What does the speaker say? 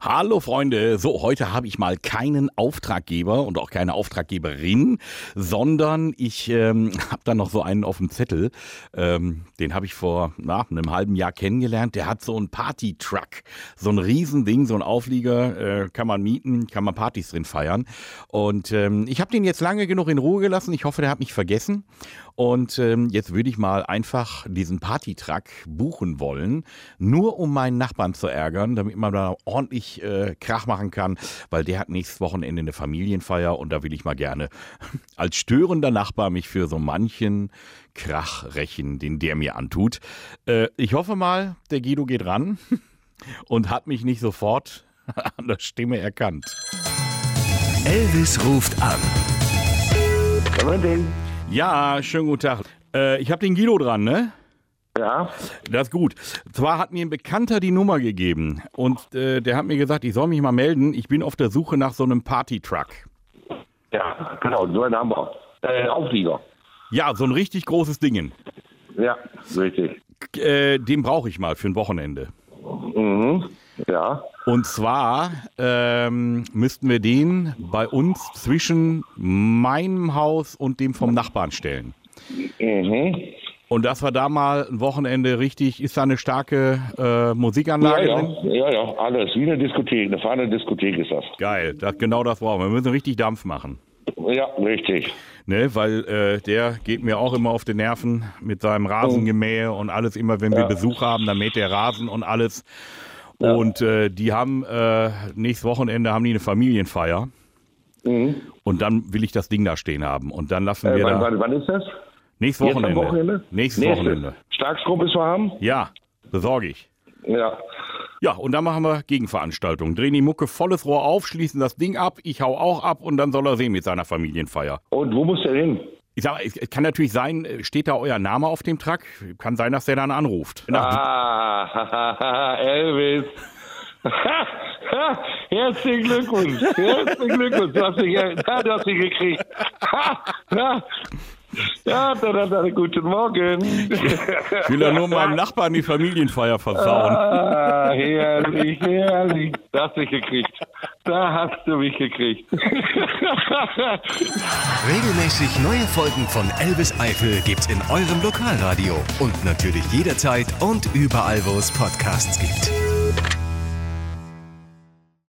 Hallo Freunde, so heute habe ich mal keinen Auftraggeber und auch keine Auftraggeberin, sondern ich ähm, habe da noch so einen auf dem Zettel. Ähm, den habe ich vor na, einem halben Jahr kennengelernt. Der hat so einen Party-Truck, so ein Riesending, so ein Auflieger, äh, kann man mieten, kann man Partys drin feiern. Und ähm, ich habe den jetzt lange genug in Ruhe gelassen. Ich hoffe, der hat mich vergessen. Und ähm, jetzt würde ich mal einfach diesen Partytruck buchen wollen, nur um meinen Nachbarn zu ärgern, damit man da ordentlich äh, Krach machen kann, weil der hat nächstes Wochenende eine Familienfeier und da will ich mal gerne als störender Nachbar mich für so manchen Krach rächen, den der mir antut. Äh, ich hoffe mal, der Guido geht ran und hat mich nicht sofort an der Stimme erkannt. Elvis ruft an. Moment. Ja, schönen guten Tag. Äh, ich habe den Guido dran, ne? Ja, Das ist gut. Zwar hat mir ein Bekannter die Nummer gegeben und äh, der hat mir gesagt, ich soll mich mal melden. Ich bin auf der Suche nach so einem Partytruck. ja, genau, so einen haben wir. Äh, Auflieger. Ja, so ein richtig großes Ding. Ja, richtig. Äh, den brauche ich mal für ein Wochenende. Mhm. Ja, Und zwar ähm, müssten wir den bei uns zwischen meinem Haus und dem vom Nachbarn stellen. mhm. Und dass wir da mal ein Wochenende richtig, ist da eine starke äh, Ja, Musikanlage ja, drin? ja, ja, alles. Wie eine Diskothek, eine fahrende Diskothek ist das. Geil, das, genau das brauchen wir. Wir müssen richtig Dampf machen. Ja, richtig. Ne, weil äh, der geht mir auch immer auf die Nerven mit seinem Rasengemähe und alles. Immer wenn wir Besuch haben, dann mäht der Rasen und alles. Und äh, die haben äh, nächstes Wochenende haben die eine Familienfeier. Und dann will ich das Ding da stehen haben. Und dann lassen Mhm. Äh, wir wann, da wann, wann ist das? nächstes Jetzt am Wochenende. Wochenende? Nächstes Wochenende. Starkstrom bis wir haben? Ja, besorge ich. Ja. Ja, und dann machen wir Gegenveranstaltung. Drehen die Mucke volles Rohr auf, schließen das Ding ab, ich hau auch ab und dann soll er sehen mit seiner Familienfeier. Und wo muss der hin? Ich sag, mal, es es kann natürlich sein, äh, steht da euer Name auf dem Truck? Kann sein, dass der dann anruft. Nach- Ah, Elvis. Herzlichen Glückwunsch. Herzlichen Glückwunsch. Du hast dich, ja, du hast dich gekriegt. ja, ja, dann hat er guten Morgen. Ich will ja nur meinem Nachbarn die Familienfeier versauen. Ah, herrlich, herrlich. Da hast du mich gekriegt. Da hast du mich gekriegt. Regelmäßig neue Folgen von Elvis Eifel gibt's in eurem Lokalradio und natürlich jederzeit und überall, wo es Podcasts gibt.